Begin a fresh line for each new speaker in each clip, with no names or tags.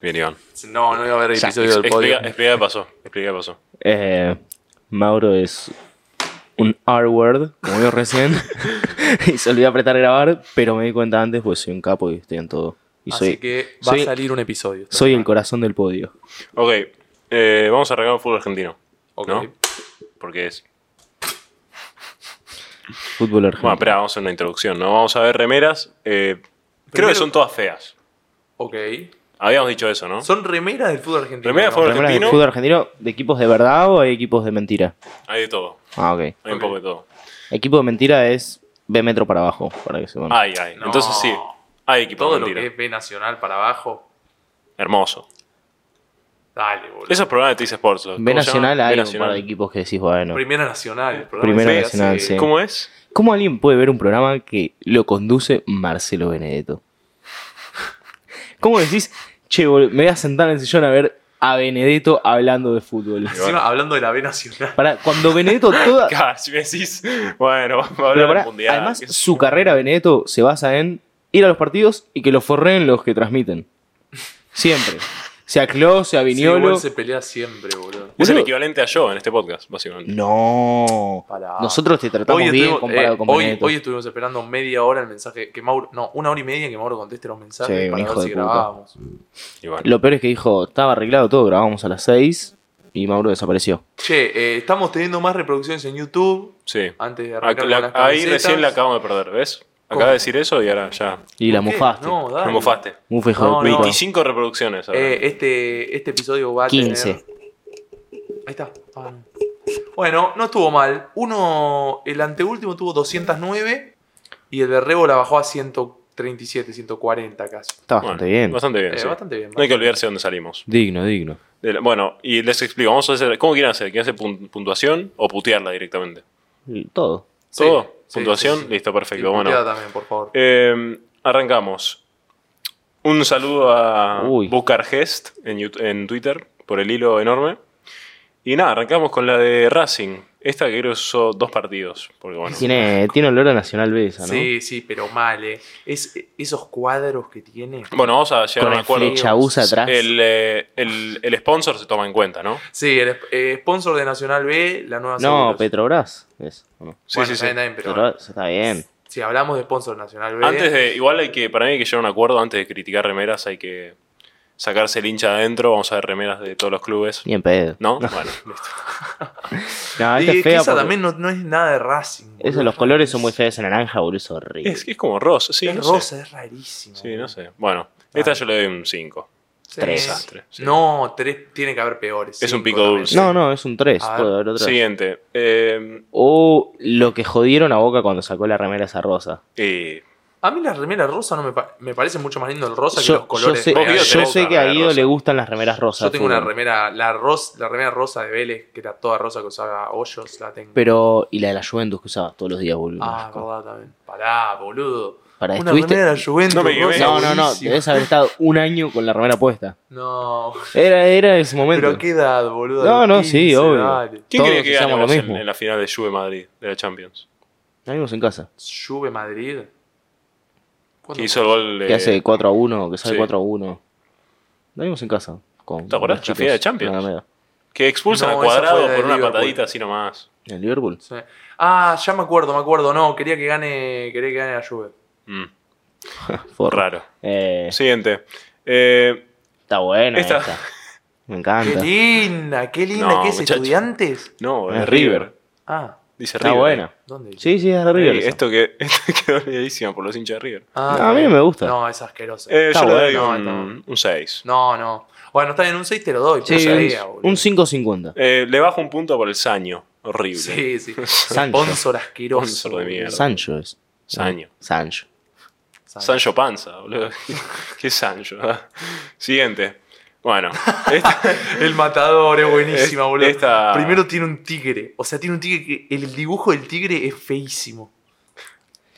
Bien, Iván.
No, no iba a haber
Ya,
episodio del podio.
Explica, explica qué pasó. Explica qué pasó.
Eh, Mauro es un R-word, como vio recién. y se olvidó apretar grabar, pero me di cuenta antes porque soy un capo y estoy en todo. Y
Así
soy,
que va
soy-
a salir un episodio.
soy el corazón del podio.
Ok, eh, vamos a arrancar con fútbol argentino.
Ok.
¿No? Porque es.
Fútbol argentino.
Bueno, espera, vamos a hacer una introducción, ¿no? Vamos a ver remeras. eh, creo
Primero-
que son todas feas.
Ok.
Habíamos dicho eso, ¿no?
Son remeras del fútbol argentino.
Remeras
¿no?
fútbol
¿Remeras del
argentino.
fútbol argentino de equipos de verdad o hay equipos de mentira?
Hay de todo.
Ah, ok.
Hay un
Ok.
poco de todo.
Equipo de mentira es B metro para abajo, para que se bueno.
Hay, hay.
No.
Entonces sí, hay equipo
Todo
de
lo que
mentira.
es B Nacional para abajo.
Hermoso.
Dale, boludo.
Esos programas de TC Sports. los-
B
¿cómo se
Nacional
llaman?
hay
B
un par de equipos que decís, bueno.
Primera Nacional. el programa
Primera
que se
Nacional,
hace-
sí.
¿Cómo es?
¿Cómo alguien puede ver un programa que lo conduce Marcelo Benedetto? ¿Cómo decís, che, bol- me voy a sentar en el sillón a ver a Benedetto hablando de fútbol?
Encima, hablando de la B Nacional.
Para, cuando Benedetto toda.
Claro, Ah, si me decís, bueno, vamos a hablar
Ah. Pero
del
pará,
mundial.
además,
qué sé
su
yo.
carrera, Benedetto, se basa en ir a los partidos y que lo forreen los que transmiten. Siempre. Sea Klaus, sea
Sí, igual
Viñolo.
se pelea siempre, boludo.
Es el
Boludo.
equivalente a yo en este podcast, básicamente.
No.
Pará.
Nosotros te tratamos bien
estuvimos-
comparado
eh,
con
hoy,
Benedetto.
hoy estuvimos esperando media hora el mensaje que Mauro. No, una hora y media que Mauro conteste los mensajes
Sí, un
para
hijo
ver
de
si
puta.
grabábamos.
Igual.
Mm. Lo peor es que dijo, estaba arreglado todo, grabamos a las 6 y Mauro desapareció.
Che, eh, estamos teniendo más reproducciones en YouTube.
Sí.
Antes de
Acá-
arrancar
la-
con las
ahí
camisetas.
recién la acabamos de perder, ¿ves?
¿Cómo?
Acaba de decir eso y ahora ya.
Y la
¿Por qué?
mofaste.
No, dale.
Me mofaste.
Mufa hijo
No,
de
no.
puta.
25 reproducciones. ahora.
Eh, este, este episodio va a
15.
tener... Ahí está. Ah, no. Bueno, no estuvo mal. Uno, el anteúltimo tuvo 209 y el de Rebo la bajó a 137, 140 casi.
Está
Bueno,
bastante bien.
Bastante bien,
Eh,
sí.
Bastante bien.
No hay que olvidarse de dónde salimos.
Digno, digno.
De la- Bueno, y les explico. Vamos a hacer, ¿Cómo quieren hacer? ¿Quieren hacer pun- puntuación o putearla directamente?
Todo.
Sí,
¿Todo?
sí,
¿Puntuación?
sí, sí.
Listo,
Y
perfecto. Bueno,
puteada también, por favor.
Eh, arrancamos. Un saludo a
Uy.
Bucargest en, Yout- en Twitter por el hilo enorme. Y nada, arrancamos con la de Racing. Esta que creo que usó dos partidos. Porque bueno.
Tiene, tiene olor a Nacional B esa, ¿no?
Sí, sí, pero mal, eh. Es, esos cuadros que tiene.
Bueno, vamos a llegar
Con
a un
el
acuerdo.
flechabús atrás.
El, eh, el- el sponsor se toma en cuenta, ¿no?
Sí, el eh, sponsor de Nacional B, la nueva
no,
Seguros.
Petrobras. Es, ¿o no?
Sí,
Bueno,
sí, sí.
está bien, pero
Petrobras está bien.
si hablamos de sponsor de Nacional B.
Antes de, igual hay que, para mí hay que llegar a un acuerdo antes de criticar remeras, hay que sacarse el hincha de adentro, vamos a ver remeras de todos los clubes.
Bien pedo.
¿No? Bueno, listo.
Y
No, esta
es
Ah, este es
que
fea.
esa
porque-
también no, no es nada de Racing. boludo.
Esos los colores son muy feos. Esa naranja, boludo, es horrible.
Es, es como Ross, sí.
es
no sé.
rosa, Ah. es rarísimo.
Sí, no sé. Bueno, esta yo le doy un 5.
Sí.
Tres.
Desastre, sí.
No, tres tiene que haber peores.
Es un
Cinco
pico
también.
dulce.
No, no, es un 3.
A ver.
Puede haber otra.
Siguiente. Eh,
O lo que jodieron a Boca cuando sacó la remera esa rosa.
eh,
A mí la remera rosa no me, pa- me parece mucho más lindo el rosa que los
Yo, yo
colores.
sé,
Vos
reales.
vio
yo
tenés
sé
una
que a
remera
Guido
rosa.
le gustan las remeras rosas.
Yo tengo una
fútbol.
remera, la, ros- la remera rosa de Vélez, que era toda rosa que usaba hoyos, la tengo.
Pero, y la de la Juventus que usabas todos los días, boludo.
ah,
Asco.
verdad también. Pará, boludo.
Pará,
Una
estuviste-
remera de la Juventus.
No me quemé.
rosa,
No, no, no,
buenísimo.
debes haber estado un año con la remera puesta.
No,
Era, era ese momento.
pero qué edad, boludo.
No,
a los
no, sí, obvio.
dale.
¿Quién
Todos
cree que
deseamos
gane
lo
vos en,
mismo.
en la final de Juve Madrid, de la Champions?
La vimos en casa.
Juve Madrid. ¿Cuándo
Que hizo el gol de.
Que hace 4 a 1, que sale
Eh, sí.
4 a 1. La vimos en casa. Con,
¿Te acordás?
con los
La
chicos.
final de Champions.
Con la remera.
Que expulsan
No,
a
esa fue
cuadrado
la de
por una
Liverpool.
patadita así nomás.
En Liverpool.
Sí. Ah, ya me acuerdo, me acuerdo. No, quería que gane, quería que gane la Juve.
Mm,
Forro.
raro.
Eh,
Siguiente. Eh,
Está buena
Esta.
esta. Me
Qué
encanta.
linda, qué linda
No,
que es
muchacho.
estudiantes.
no,
Es
es River.
River.
Ah,
Dice
Está
River.
buena.
¿dónde?
Sí, sí, es de River.
Ey,
esa.
esto que esto quedó liadísima por los hinchas de River.
Ah,
No, a mí no me gusta.
No, es asqueroso.
Eh,
Está
yo le
bueno.
doy
No,
un 6.
No, no. Bueno, está bien, un 6 te lo doy. pero
Sí,
sabía,
un-
boludo.
un 5.50.
Eh, le bajo un punto por el saño. Horrible.
Sí, sí.
Sancho.
Sponsor asqueroso.
Sponsor de
boludo.
mierda.
Sancho es.
Saño.
Sancho.
Sancho.
Sancho Panza, boludo. ¿Qué Sancho? ah? Siguiente. Bueno, este, esta-
El matador es buenísima,
Es-
boludo.
esta-
Primero tiene un tigre. O sea, tiene un tigre que. El dibujo del tigre es feísimo.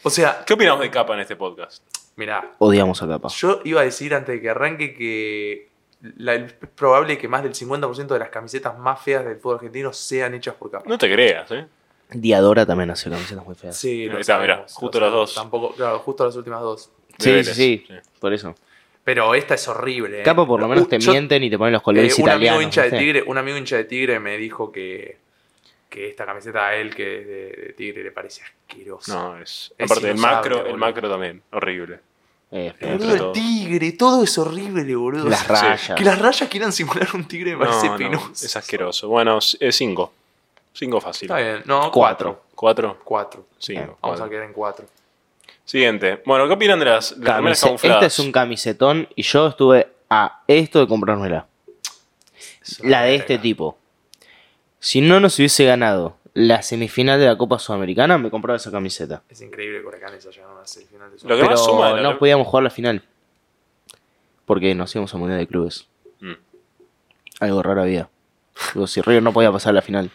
O sea,
¿qué opinamos de capa en este podcast?
mirá,
Odiamos a Capa.
Yo iba a decir antes de que arranque que la- es probable que más del 50% de las camisetas más feas del fútbol argentino sean hechas por capa.
No te creas, ¿eh?
Diadora también hace camisetas muy feas.
Sí, lo
Ahí está, mirá,
sabemos, lo
justo las
sabemos.
dos.
Tampoco, claro, justo las últimas dos.
De
Sí, sí,
Vélez,
sí,
sí.
Por eso.
Pero esta es horrible. ¿eh?
Capa por lo menos
Uh,
te
yo-
mienten y te ponen los
eh,
colores
un
italianos.
amigo hincha de
¿viste?
Tigre, un amigo hincha de Tigre me dijo que, que esta camiseta a él que es de, de Tigre le parece asquerosa.
No, es.
Es
aparte, el
inusable,
macro,
boludo.
el macro también. Horrible.
Eh,
Eh,
Boludo,
entre
el
todo.
tigre, todo es horrible, boludo.
las
sí.
rayas.
que las rayas quieran simular un tigre me parece
No, no,
penoso.
es asqueroso. Bueno, es 5. 5 fácil.
Está bien, no,
Cuatro.
cuatro.
4.
Cuatro.
5.
Bien,
Vamos a quedar en cuatro.
Siguiente. Bueno, ¿qué opinan de las, las
Camise-
remeras camufladas?
este es un camisetón y yo estuve a esto de comprármela.
Es una
La de este
verga.
tipo. Si no nos hubiese ganado la semifinal de la Copa Sudamericana, me compraba esa camiseta.
Es increíble que Huracanes haya ganado el final de su
Lo que
Pero
más suma de la-
no podíamos jugar la final. Porque nos íbamos a Mundial de Clubes.
Mm.
Algo raro había. Digo, si River no podía pasar a la final.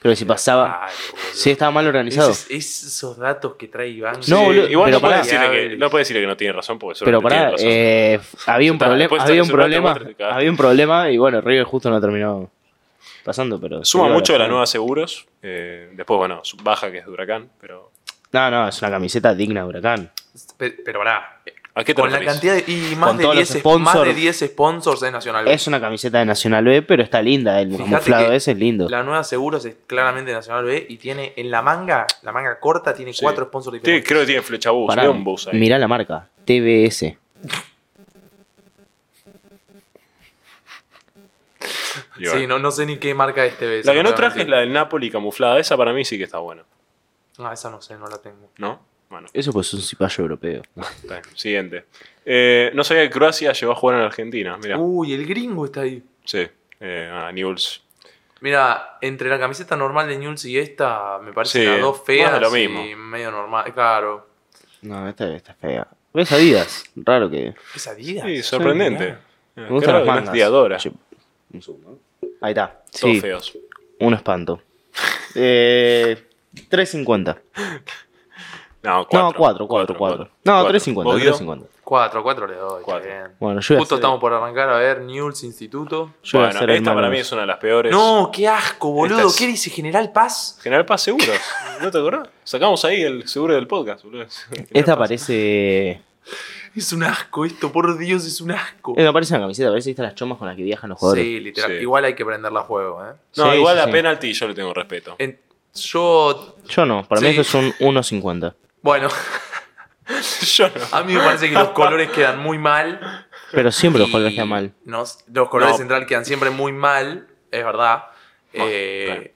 Pero si pasaba...
Claro, boludo.
Si estaba mal organizado.
Esos, esos datos que trae Iván.
Sí,
No, boludo,
igual
pero
no puedes,
pará.
decirle que, no puedes decirle que no tiene razón porque
Pero
seguramente
pará,
tiene razón.
eh, había un
Está,
problema,
después está
había un
resultado que
problema,
vos te cagaste.
había un problema y bueno, River justo no terminó pasando, pero
Suma
pero
mucho de la
final.
nueva Seguros. eh, después, bueno, su- baja que es de Huracán, pero.
No, no, es una camiseta digna de Huracán.
Pe- Pero pará.
¿A qué te
Con la
referís?
cantidad de. Y más,
Con
de
todos los
10, sponsors. más de
sponsors.
10 sponsors de Nacional B.
Es una camiseta de Nacional B, pero está linda, el
Fíjate
camuflado
que
ese es lindo.
La nueva Seguros es claramente Nacional B y tiene en la manga, la manga corta, tiene
Sí.
cuatro
Tiene-
sponsors diferentes.
creo que tiene flecha bus,
Pará,
tiene un bus ahí.
mirá la marca, TBS.
Y bueno.
Sí, no, no sé ni qué marca este ves.
la que no traje es la del Napoli camuflada. Esa para mí sí que está buena,
Ah, esa no sé, no la tengo.
¿no? Bueno,
Eso pues es un cipallo europeo.
está bien. Siguiente. Eh, no sabía que Croacia llegó a jugar en Argentina. Mira,
Uh.
Uy, el gringo está ahí.
sí. Eh, ah, Newell's.
Mira, entre la camiseta normal de Newell's y esta, me parecen
Sí,
las dos
más de
feas
lo
y
mismo.
medio normal. eh, Claro.
No, esta, esta es fea. ¿Ves Adidas? Raro que...
¿Qué es Adidas?
Sí, sorprendente.
mirá.
Eh,
Me
qué
gustan
raro
las
que no es
mangas.
de Adora.
Sí. Ahí está.
Todos
Sí,
feos.
un espanto. Eh, 3.50.
No, cuatro.
No, 4, 4, 4. No, 3.50,
Odio.
3.50.
Cuatro, cuatro le doy.
Cuatro.
está bien.
Bueno, yo voy a
Justo
hacer-
estamos por arrancar a ver Newell's Instituto.
yo voy a
Bueno,
hacer el
esta para
Magnus.
mí es una de las peores.
No, qué asco, boludo.
Esta es-
¿Qué dice General Paz?
General Paz Seguros. ¿No te acordás? Sacamos ahí el seguro del podcast, boludo. General
Esta
Paz.
parece...
Es un asco esto, por Dios, es un asco.
Eh, no parece una camiseta, parece estas las chomas con las que viajan los jugadores.
Sí, literal.
Sí.
Igual hay que prenderla a juego, ¿eh?
No,
Sí,
igual
sí,
a
sí.
penalti yo le tengo respeto.
En- yo.
Yo no, para mí
Sí.
esto es un 1.50.
Bueno,
yo no.
a mí me parece que los colores quedan muy mal.
Pero siempre los
y
colores quedan mal.
nos- los colores
No.
central quedan siempre muy mal, es verdad.
Bueno,
Eh,
claro.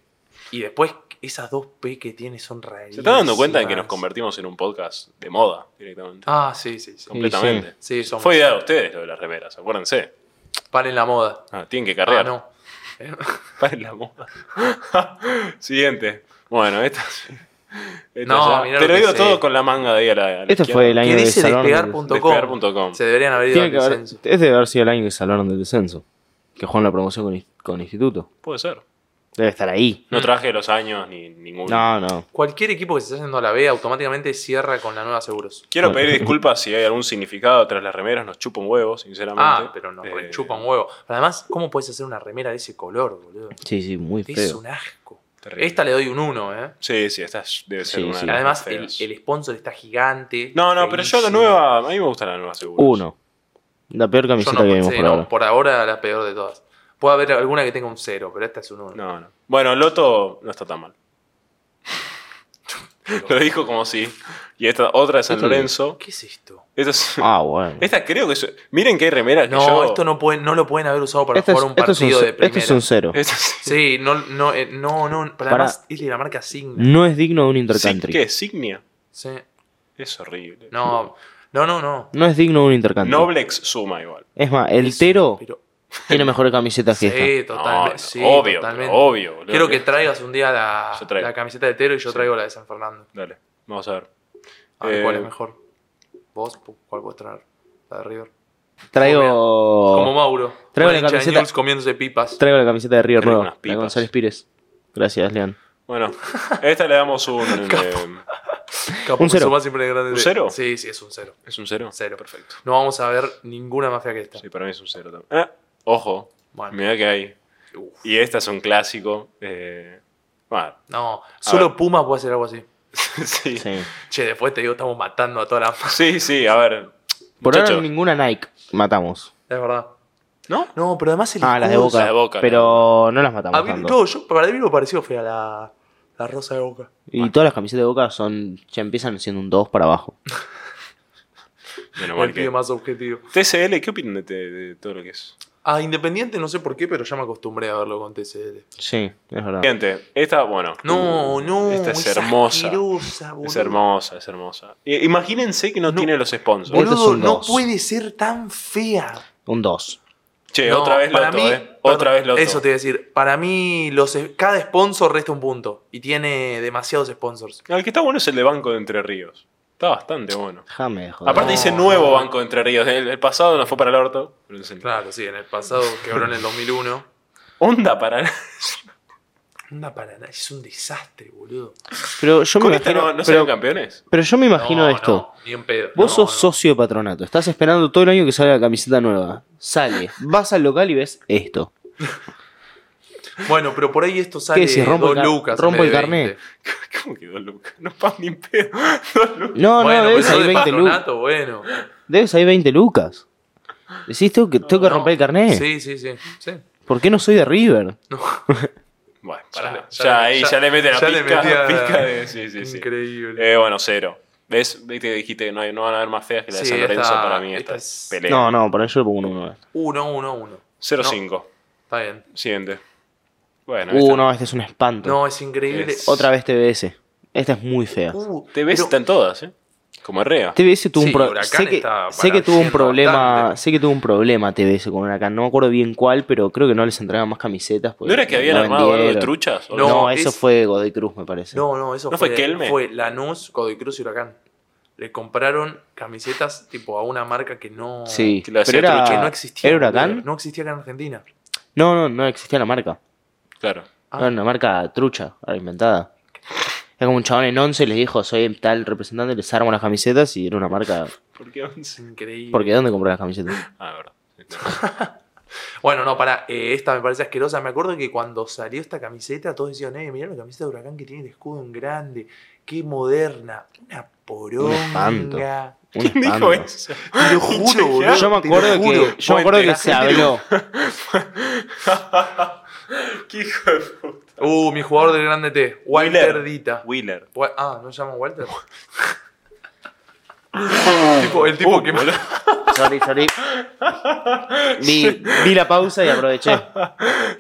Y después, esas dos P que tiene son rarísimas.
¿Se está dando cuenta de que nos convertimos en un podcast de moda directamente?
Ah, sí, sí, sí.
Completamente.
Sí, somos.
Fue idea de ustedes lo de las remeras, acuérdense.
Paren la moda.
Ah, tienen que
Ah,
carrear.
no.
Paren la moda. Siguiente. Bueno, esta. esta
No,
ya-
mirá
Te
lo
lo
que
digo
sé.
todo con la manga de ahí a la. a la
Este
izquierda.
fue el año
¿Qué
de
dice
salón. del-
despegar.com?
Despegar.com.
Se deberían haber ido
Tiene
al
que haber,
descenso.
es de haber sido el año que salieron del descenso. Que jugaron la promoción con, ins- con instituto.
Puede ser.
Debe estar ahí.
Mm.
No traje los años ni ninguno.
No, no.
Cualquier equipo que se esté haciendo a la B automáticamente cierra con la nueva Seguros.
Quiero pedir disculpas si hay algún significado tras las remeras, nos chupa un huevo, sinceramente.
Ah, pero nos
Eh,
rechupa un huevo. Pero Además, ¿cómo puedes hacer una remera de ese color, boludo?
Sí, sí, muy
Es
feo.
un asco.
terrible.
Esta le doy un 1, ¿eh?
Sí, sí, esta es- debe ser
Sí,
una.
sí.
de las
Además,
más
el,
feas.
el sponsor está gigante.
No, no, pero yo la
feísimo.
nueva. A mí me gusta la nueva, seguro.
Uno. La peor
Yo
camiseta
no,
que vimos
sí,
por
no,
ahora.
por ahora la peor de todas. Puede haber alguna que tenga un 0, pero esta es un 1.
No, no. Bueno, Loto no está tan mal. Lo dijo como si. Y esta otra de San
Esto
Lorenzo.
¿Qué es esto?
Esta, es-
Ah, bueno.
Este
esta creo que es. Miren que hay remeras que
No,
yo-
esto no, pueden, no lo pueden haber usado para
Esto Este es,
jugar un
esto es un,
partido
ce-
de
esto es
primera.
un cero.
Esto es-
Sí, no, no, eh, no, no. Pero
Pará. Mm.
además es de la marca Signa.
No es digno de un
sí,
intercountry.
¿Qué? ¿Signia?
Sí.
Es horrible.
No, no, no, no.
No es digno de un intercountry.
Noblex suma igual.
Es más, el Tero
Pero,
tiene mejores camisetas que esta.
sí, totalmente.
No, no,
sí,
obvio,
totalmente.
pero obvio. boludo.
Quiero que traigas un día la,
Yo traigo.
la camiseta de Tero y yo
Sí.
traigo la de San Fernando.
Dale, vamos a ver.
A ver
Eh,
cuál es mejor. ¿Vos? pu- ¿Cuál podés traer? La de River. Como
Traigo,
Mauro.
Traigo
un
la
hincha de
camiseta-
Newell's comiéndose pipas.
traigo la camiseta de Río
Traigo
Nuevo,
unas
la de
pipas.
González Pires. Gracias, León.
Bueno, a esta le damos un. eh,
Capo,
Un
me
cero.
sumás siempre de grande.
¿Un cero?
Sí, sí, es un cero.
¿Es un cero?
Cero.
Perfecto.
No vamos a ver ninguna más fea que esta.
Sí, para mí es un cero también. Ah, ojo,
Bueno,
mira que hay.
uf,
Y esta es un clásico. eh, bueno,
no, solo Puma puede hacer algo así.
sí.
Sí.
Che, después te digo, estamos matando a toda la...
Sí, sí, a ver.
Por
Muchachos.
ahora ninguna Nike matamos.
Es verdad.
¿No?
No, pero además el
Ah, las de
escudo-
Boca.
Las de Boca,
pero no las matamos
A mí,
tanto.
no, yo, para mí lo parecido fue a la, la rosa de Boca.
Y todas las camisetas de Boca son ya empiezan siendo un 2 para abajo.
Menos
El
mal
pibe
que...
más objetivo.
TCL, ¿qué opinan de, te- de todo lo que es?
A Independiente no sé por qué, pero ya me acostumbré a verlo con TCL.
Sí, es verdad.
Gente, esta, bueno.
No, no.
Uh, Esta es
es
hermosa.
asquerosa,
Es
boludo.
hermosa, es hermosa. I- Imagínense que no,
No.
tiene los sponsors.
Bol- Este es
Boludo,
un
no
dos.
puede ser tan fea.
Un 2.
Che,
No,
otra vez
para
Loto,
mí-
¿eh? Otra vez Loto.
Eso te iba a decir. Para mí, los, cada sponsor resta un punto. Y tiene demasiados sponsors.
El que está bueno es el de Banco de Entre Ríos. Está bastante bueno.
Déjame de joder.
Aparte
No,
dice nuevo
no.
Banco de Entre Ríos. El, el pasado no fue para el orto. pero es el-
Claro, sí, en el pasado quebró en el 2001.
Onda para...
Anda para nada, es un desastre, boludo.
Pero yo me
¿Con esta
imagino,
no, no
pero,
serán campeones?
pero yo me imagino
No,
esto.
no, ni en pedo.
Vos
No,
sos
no.
socio de patronato, estás esperando todo el año que salga la camiseta nueva. Sale, vas al local y ves esto.
Bueno, pero por ahí esto sale
decís? ¿Rompo el
dos
car-
lucas. en
rompo
vez
el
de
carnet?
20.
¿Cómo que dos lucas? No pagan ni en pedo. Dos lucas.
bueno,
No, no,
pero
debes
sos
ahí
de
20 lucas.
patronato, bueno.
Debes ahí 20 lucas. Decís, tengo que, tengo que
No,
romper el carnet.
Sí, sí, sí. sí.
¿Por qué no soy de River?
Bueno, pará. Ya,
Ya le- ya-
ahí, ya,
ya-
le mete la
ya le
pizca,
metí a-
pizca de... Sí, sí, sí.
Increíble.
Eh, bueno, cero. ¿Ves? Viste que dijiste que no, hay- no van a haber más feas que la de
Sí,
San Lorenzo.
esta-
para mí esta,
esta es-
pelea.
No, no, por ahí yo le pongo un 1.
Uno, uno, uno.
0-5.
Está bien.
Siguiente. Bueno, esta-
Uh, no, este es un espanto.
No, es increíble.
Es-
Otra vez TBS. Esta es muy fea.
Uh,
te ves
pero-
están todas, ¿eh? Como Herrea.
TBS tuvo
Sí,
un problema.
Huracán
Sé que,
está
sé que tuvo
balanceando
un problema.
bastante.
Sé que tuvo un problema TBS con Huracán. No me acuerdo bien cuál, pero creo que no les entregaban más camisetas. porque
Pues, ¿No era que habían
no
armado algo de
vendieron.
truchas? ¿O
No,
No,
eso
es-
fue Godoy Cruz, me parece.
No, no, eso
¿No fue
fue,
Kelme?
fue Lanús, Godoy Cruz y Huracán. Le compraron camisetas tipo a una marca que no,
Sí,
Que la hacía
pero era,
trucho.
que no existía.
¿Era Huracán?
boludo. No existía acá en Argentina.
No, no, no existía la marca.
Claro.
Ah.
Era una marca trucha, ahora inventada. Era como un chabón en 11 les dijo, soy tal representante, les armo las camisetas y era una marca...
¿Por qué
Es increíble.
Porque ¿dónde compré las camisetas?
Ah, verdad.
Bueno, no, pará, eh, esta me parece asquerosa. Me acuerdo que cuando salió esta camiseta, todos decían, eh, mirá la camiseta de Huracán que tiene el escudo en grande, qué moderna, una
espanto.
poronga.
Un
¿Quién dijo
espanto.
eso?
Te lo juro, boludo.
Yo me
te lo
acuerdo
juro.
que, yo me acuerdo que se habló.
¿Qué hijo de puta?
Uh, mi jugador del grande T, Walter
Wheeler.
Dita.
Wheeler.
Wa- Ah, ¿no se llama Walter? Tipo- el tipo que-
Uh, boludo.
Sorry, sorry. Vi, vi la pausa y aproveché.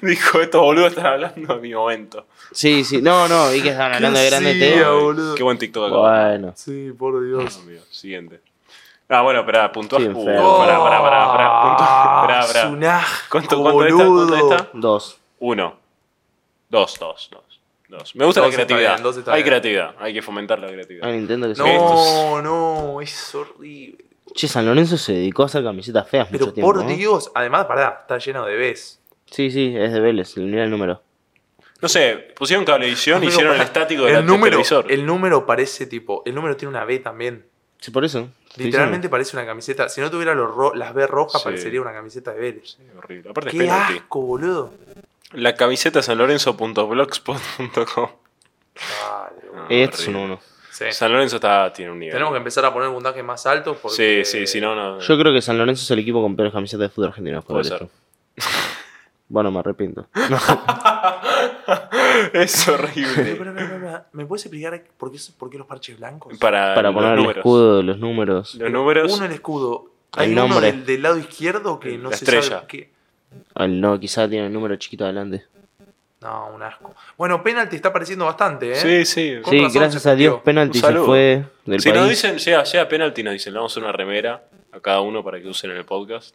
Dijo, estos boludos están hablando a mi momento.
Sí, sí. No, no, vi que estaban hablando de grande
Sí,
T.
boludo.
Qué buen TikTok acabo.
Bueno.
Sí, por Dios.
Dios mío. Siguiente. Ah, bueno, espera, puntuás.
Sí,
Uh,
enfermo.
pará, pará, pará, pará.
Oh,
Puntuás. Pará,
Ah, Es
pará.
un asco,
¿Cuánto- cuánto está?
boludo.
¿Cuánto está?
Dos.
Uno. Dos, dos, dos. dos. Me gusta
Dos
la
está
creatividad.
bien, dos está
hay
bien.
creatividad, hay que fomentar la creatividad.
Ah, Nintendo que se
No, no, es horrible.
Che, San Lorenzo se dedicó a hacer camisetas feas
Pero
mucho tiempo.
por
¿no?
¿eh?
Dios, además, pará, está lleno de Bs.
Sí, sí, es de Vélez, mira el número.
No sé, pusieron cablevisión,
Pero
hicieron el
pará,
estático del
el número,
televisor.
el número parece tipo. El número tiene una B también.
Sí, por eso. estoy
Literalmente parece una camiseta. Si no tuviera los ro- las B rojas,
Sí.
parecería una camiseta de Vélez.
Horrible. Aparte es
Qué
penalti.
asco, boludo.
La camiseta sanlorenzo.blogspot.com.
Dale, boludo.
diciendo. Este es un
Horrible.
uno.
Sí.
San Lorenzo está, tiene un nivel.
Tenemos que empezar a poner puntajes más altos porque.
Sí, sí, si no, no.
Yo creo que San Lorenzo es el equipo con peores camisetas de fútbol argentino. después
Puede Ah,
de esto. Bueno, me arrepiento.
es
Pero,
horrible.
pero, pero, pero, ¿Me puedes explicar por qué, por qué los parches blancos?
Para,
Para
los
poner el
números.
escudo, los números.
Los números.
Uno el escudo.
El
Hay uno
nombre.
del, del lado izquierdo que no
La
se
estrella.
sabe qué.
Al no, quizá tiene el número chiquito adelante.
No, un asco. Bueno, penalti está apareciendo bastante, ¿eh?
Sí, sí.
Con
Sí,
razón
gracias
se
a Dios,
perdió.
penalti
este Un
se
saludo.
fue del
si nos
país.
dicen, llega, llega penalti, nos dicen, le vamos a hacer una remera a cada uno para que usen en el podcast.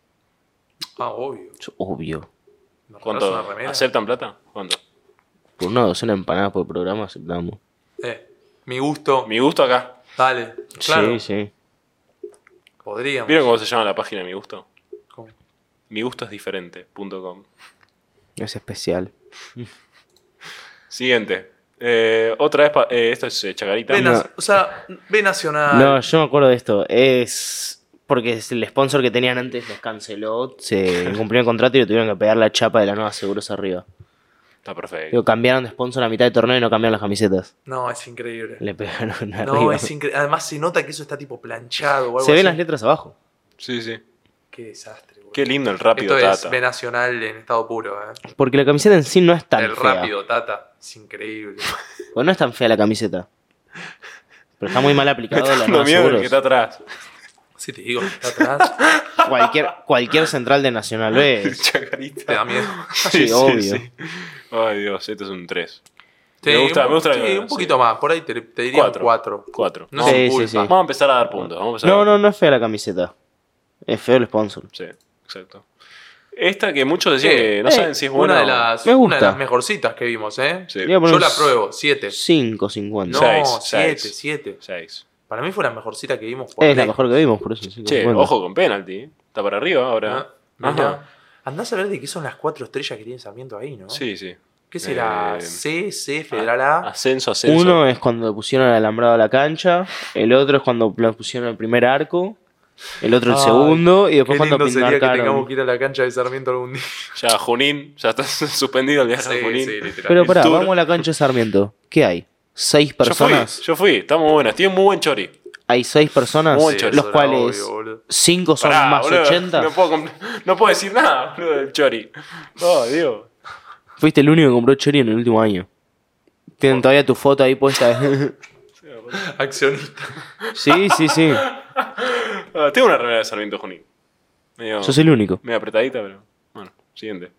Ah, obvio.
Obvio.
¿Me
¿Cuánto?
regalás una remera?
¿Aceptan plata? ¿Cuánto?
Por una docena de empanadas por programa aceptamos.
Eh, mi gusto.
Mi gusto acá.
Dale. Claro.
Sí, sí.
Podríamos.
¿Vieron cómo se llama la página de Mi Gusto?
¿Cómo?
Mi gusto es diferente.com.
Es especial.
Siguiente. Eh, otra vez, pa- eh, esto es eh, Chacarita.
Ve
Ven a-
nac- O sea, ve Nacional.
No, yo me acuerdo de esto. Es porque es el sponsor que tenían antes los canceló, se cumplió el contrato y le tuvieron que pegar la chapa de la nueva Seguros arriba.
Está perfecto.
Digo, cambiaron de sponsor a mitad de torneo y no cambiaron las camisetas.
No, es increíble.
Le pegaron
No,
arriba.
es increíble. Además se nota que eso está tipo planchado o algo
se ven
así.
las letras abajo.
Sí, sí.
Qué desastre, boludo.
Qué lindo el rápido,
Esto es
Tata.
B Nacional en estado puro, ¿eh?
Porque la camiseta en sí no es tan
el
fea.
rápido, Tata. Es increíble.
Bueno, no es tan fea la camiseta. Pero está muy mal
Me
aplicada
está
la
dando
no
miedo el
seguros.
que está atrás.
Si te digo, está atrás,
Cualquier, cualquier central de Nacional B.
El chacarita.
te da miedo.
Sí, obvio.
Ay, Dios, este es un 3. Me gusta, me gusta
Sí,
que-
un
sí.
poquito más. Por ahí te, te diría
Cuatro.
un 4.
4.
No
Sí,
es
sí,
culpa.
sí.
Vamos a empezar a dar puntos. Vamos a empezar a
No,
dar-
no, no es fea la camiseta. Es feo el sponsor.
Sí, exacto. Esta que muchos decían
Sí,
que no
eh,
saben si es buena
una, de
o-
las,
Me
una de
gusta.
las mejorcitas que vimos, ¿eh?
Sí.
Le voy a poner
Yo la
un
pruebo, 7.
5,
No,
50.
Seis,
7,
seis.
7.
Seis.
Para mí fue la mejorcita que vimos. por
es la
lejos.
mejor que vimos, por eso. cinco
Che,
cincuenta.
ojo con penalti. ¿eh? Está para arriba ahora.
Ah, mirá.
Ajá.
Andás a ver de qué son las cuatro estrellas que tiene Sarmiento ahí, ¿no?
Sí, sí.
¿Qué será?
Eh, ah,
C, C, Federal A.
Ascenso, ascenso.
Ah. Uno es cuando le pusieron el alambrado a la cancha. El otro es cuando le pusieron el primer arco. El otro el
Ay,
segundo. Y después
Qué
cuando
lindo sería que tengamos
pintaron.
que ir a la cancha de Sarmiento algún día.
Ya Junín, ya está suspendido el viaje a Junín.
literal.
Pero
el
pará,
tour.
vamos a la cancha de Sarmiento. ¿Qué hay? ¿Seis
Yo fui,
personas?
yo fui, estamos buenas. Tiene muy buen chori.
Hay seis personas,
Muy
Sí,
chorizo,
los
eso era
cuales
obvio, boludo.
cinco son
Pará,
más
boludo,
80.
No puedo, comp- no puedo decir nada, boludo, del chori. No, Dios.
Fuiste el único que compró chori en el último año.
Oh.
Tienen todavía tu foto ahí puesta.
Accionista.
sí, sí, sí.
Ah, tengo una remera de Sarmiento Junín. Medio,
Sos el único.
medio apretadita, pero. Bueno, siguiente.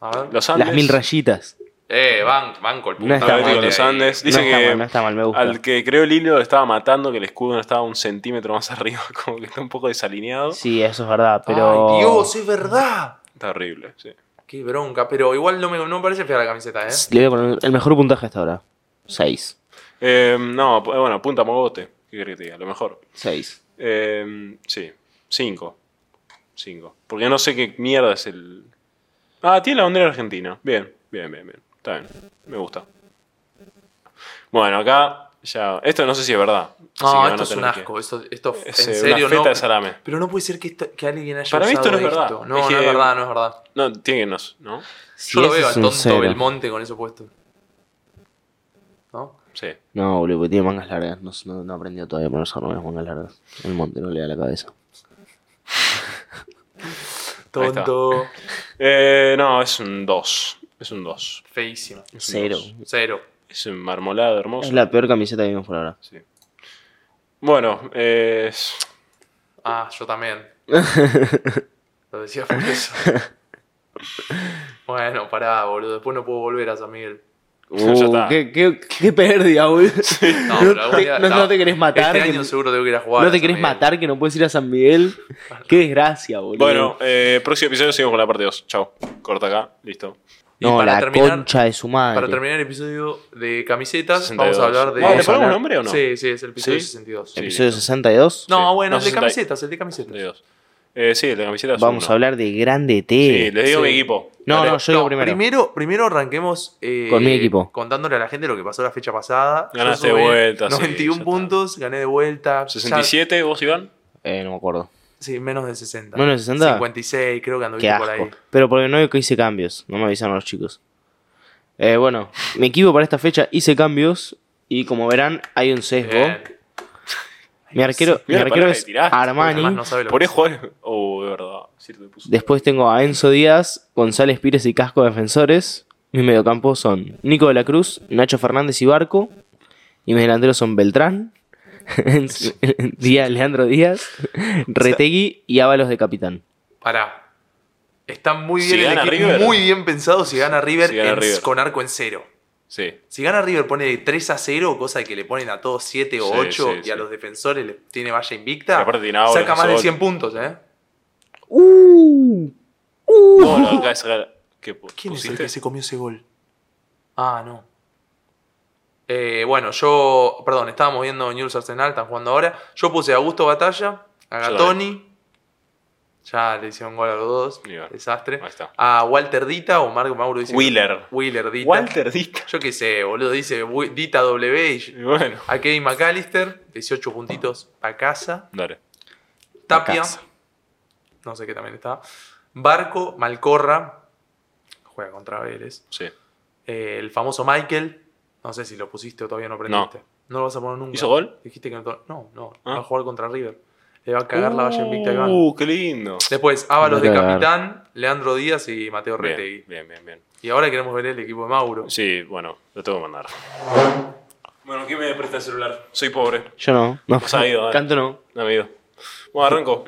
A ver.
Los Andes.
Las mil rayitas.
Eh, banco, banco el
No está
Atlético
mal.
de los Andes.
no
Dicen
está
que
mal, no está mal, me gusta.
al que creó el hilo estaba matando, que el escudo no estaba un centímetro más arriba, como que está un poco desalineado.
Sí, eso es verdad, pero.
Ay, Dios, es verdad.
Está horrible, sí.
Qué bronca, pero igual no me, no me parece fea la camiseta, ¿eh?
Le voy a poner el mejor puntaje hasta ahora. Seis.
Eh, no, pu- eh, bueno, punta mogote. ¿Qué querés que te diga? Lo mejor.
Seis.
Eh, sí, 5. 5. Porque no sé qué mierda es el. Ah, tiene la bandera argentina. Bien, bien, bien, bien. Está bien. Me gusta. Bueno, acá ya. Esto no sé si es verdad. así que
No,
van a
esto es un
tener que-
asco. Esto, esto en
Es, eh,
serio
una feta
no.
de salame.
Pero no puede ser que, esto- que alguien haya
Para mí esto
usado
no es verdad.
No,
Es
no
que-
es verdad, no es verdad.
No, tiene que nos, ¿no?
Si
Yo lo
ese
veo
es
al
un
tonto
cero.
Belmonte con eso puesto. ¿No?
Sí.
No, boludo, porque tiene mangas largas. No, no, no aprendió todavía a ponerse armas mangas largas. El monte no le da la cabeza.
Ahí está.
Tonto.
Eh, no, es un 2. Es un 2.
Feísimo.
Cero.
Cero.
Es un marmolado hermoso.
Es la peor camiseta que vimos por ahora.
Sí. Bueno, eh,
Ah, yo también. Lo decía por eso. bueno, pará, boludo. Después no puedo volver a San Miguel.
Ya está.
Uh, qué, qué, qué pérdida, boludo.
No,
No,
pero algún
te-
día-
no- no te querés matar,
Este año
que-
seguro tengo que ir a jugar.
No
a
te
San
querés
Miguel.
matar que no puedes ir a San Miguel. Qué desgracia, boludo.
bueno, eh, próximo episodio seguimos con la parte 2. Chao. Corta acá. Listo.
Y
no,
para
la
terminar-
concha de su madre.
Para terminar el episodio de camisetas,
62.
vamos a hablar de.
Ah, ¿Le
Vamos a
ponemos
hablar-
nombre o no?
Sí, sí, es el episodio
¿Sí?
62.
Sí.
Episodio
listo.
62.
No,
Sí.
bueno,
No,
el de
62.
camisetas, el de camisetas.
De dos. Eh, sí, el de camisetas.
Vamos a hablar de Grande T.
Sí, les digo
Sí.
mi equipo.
no,
Dale.
no, yo digo primero.
primero. Primero arranquemos eh,
Con mi equipo.
contándole a la gente lo que pasó la fecha pasada. Yo
Ganaste de
sumé
vuelta, sí,
91
ya está.
puntos, gané de vuelta. ya-
67, vos, Iván.
Eh, no me acuerdo.
sí, menos de 60.
¿Menos de 60?
56, creo que
Qué
anduviste por ahí.
asco. Pero porque no veo que hice cambios. No me avisaron los chicos. Eh, bueno, mi equipo para esta fecha hice cambios. Y como verán, hay un sesgo.
Bien.
Mi arquero, mi
Mira la
arquero
pareja
es
que tiraste.
Además,
Armani.
no sabe lo
Por
que-
ahí jugar. Oh, de verdad. Sí, te puso.
Después tengo a Enzo Díaz, González Pires y Casco Defensores. Mis mediocampos son Nico de la Cruz, Nacho Fernández y Barco. Y mis delanteros son Beltrán, Enzo- Díaz, Leandro Díaz, Retegui y Ábalos de capitán.
Pará. Está muy
Si
bien, el
gana
equipo,
River.
muy bien pensado si gana River,
Si gana
en-
River.
con arco en cero.
Sí.
Si gana River pone de 3 a 0, cosa que le ponen a todos 7 o
Sí,
8
sí,
y
sí.
a los defensores le tiene valla
Y
invicta,
aparte tiene ahora,
saca más de
Sol.
100 puntos, ¿eh?
¡Uh! ¡Uh!
No, no, acá es. ¿Qué pu-
¿Quién es el
pusiste?
que se comió ese gol? Ah, no. Eh, bueno, yo, perdón, estábamos viendo News Arsenal, están jugando ahora. Yo puse a Augusto Batalla, a
Yo
Gatoni, ya le hicieron gol a los dos,
Ni ver.
desastre.
Ahí está.
A Walter Dita o Marco Mauro dice.
Wheeler.
Wheeler Dita.
Walter Dita.
Yo qué sé, boludo, dice Wi- Dita W y
Y bueno,
A Kevin McAllister, 18 puntitos a casa.
dale.
Tapia,
casa.
no sé qué también está. Barco, Malcorra, juega contra Vélez.
Sí.
Eh, el famoso Michael, no sé si lo pusiste o todavía no aprendiste. No, lo vas a poner nunca.
¿Hizo gol?
Dijiste que no. No, no,
Ah.
va a jugar contra River. Le va a cagar la valla invicta a Iván.
Uh, qué lindo.
Después, Ábalos de
Va a cagar.
capitán, Leandro Díaz y Mateo Retegui.
Bien, bien, bien, bien.
Y ahora queremos ver el equipo de Mauro.
Sí, bueno, lo tengo que mandar. Bueno, ¿quién me presta el celular? Soy pobre,
Yo no. no.
Pues ahí va.
Canto no.
amigo. Bueno, arranco.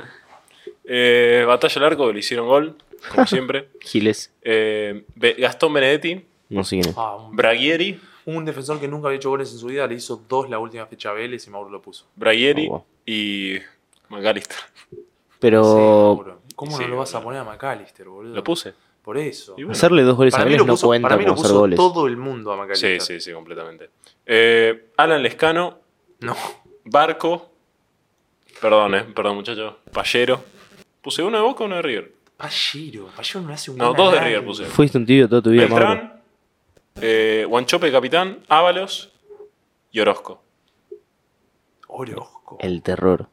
Eh, batalla al arco, le hicieron gol, como siempre.
Giles.
Eh, Be- Gastón Benedetti,
No sé quién es.
Ah, un,
Bragieri,
un defensor que nunca había hecho goles en su vida le hizo dos la última fecha a Vélez y Mauro lo puso.
Bragieri
Oh, wow.
y McAllister.
Sí,
Pero
Mauro. ¿Cómo
Sí,
no lo vas a
boludo.
poner a McAllister, boludo?
¿Lo puse?
Por eso.
Y bueno.
hacerle dos goles a
Para mí
Vélez
lo
no
puso,
cuenta
para mí lo
como hacer
puso
goles.
todo el mundo a McAllister.
Sí, sí, sí, completamente. Eh, Alan Lescano,
No.
Barco. Perdón, eh, perdón, muchachos. Pallero. Puse uno de Boca, uno de River.
Pallero. Pallero no hace un
No,
gol a
dos de
nadie.
River puse.
Fuiste un tibio toda tu vida, Mauro.
Beltrán, eh, Guanchope, capitán, Ábalos y Orozco.
Orozco.
El terror.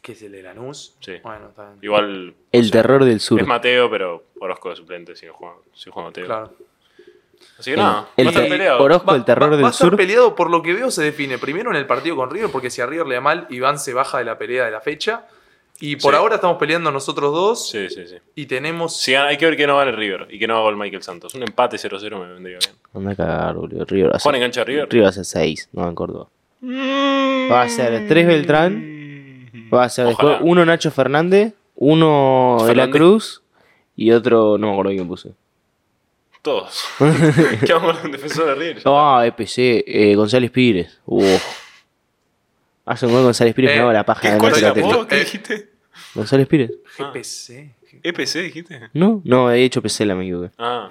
Que es el de Lanús.
Sí.
Bueno, está bien.
Igual
El terror del sur.
es Mateo, pero Orozco de suplente, si no juega, si juega Mateo.
Claro.
Así que nada,
El-
va a estar
el-
peleado.
Oro- Orozco, el terror del
va a estar
sur.
peleado por lo que veo se define primero en el partido con River, porque si a River le da mal, Iván se baja de la pelea de la fecha. Y por
Sí.
ahora estamos peleando nosotros dos
Sí, sí, sí.
y tenemos...
Si gana- hay que ver que no gane River y que no haga gol Michael Santos. Un empate 0-0 me vendría bien.
Anda a cagar, boludo. River hace,
Juan engancha a River.
River hace seis, no en Córdoba.
Va
a ser tres Beltrán, Va a ser
Ojalá.
después uno Nacho Fernández, uno de la
Fernández.
Cruz y otro, no me acuerdo quién puse.
Todos. ¿Qué vamos con un defensor de River?
Ah, EPC, eh, González Pires. Uf. Hace un gol González Pires,
Eh,
me hago la paja
¿Qué
de
cuál
Nacho
era
Catete.
vos? ¿Qué
Eh.
dijiste?
¿González Pires?
GPC.
¿EPC dijiste?
No, no, he hecho Pesela, me equivoqué.
Ah.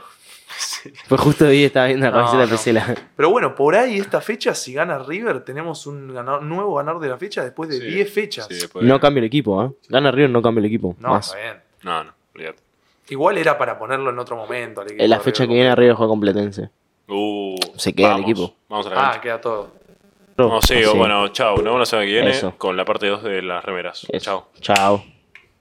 Sí.
Fue Pues justo hoy estaba viendo la
No,
camiseta de
no.
Pesela.
Pero bueno, por ahí esta fecha, si gana River, tenemos un ganador- nuevo ganador de la fecha después de
Sí.
10 fechas.
Sí, después de-
No cambia el equipo, ¿eh? Gana River, no cambia el equipo.
no, eh,
más.
está bien.
No, no, olvídate.
Igual era para ponerlo en otro momento. al equipo
En la
de
fecha que
River.
viene River juega completense.
Uh,
Se queda el
vamos,
equipo.
Vamos a la
Ah,
cancha.
queda todo.
No, sí,
Así.
bueno, chau. Nos vemos la semana que viene
Eso.
con la parte 2 de las remeras.
Eso.
Chau.
Chao.